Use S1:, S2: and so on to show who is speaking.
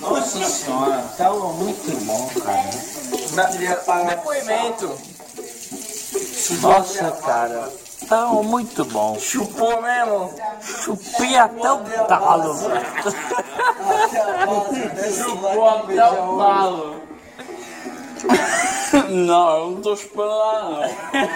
S1: Nossa senhora, tá muito bom, cara.
S2: Depoimento.
S1: Nossa, cara, tá muito bom.
S2: Chupou né, mesmo.
S1: Chupei até o talo.
S2: Chupou até o talo.
S1: Não, eu não tô chupando lá, não.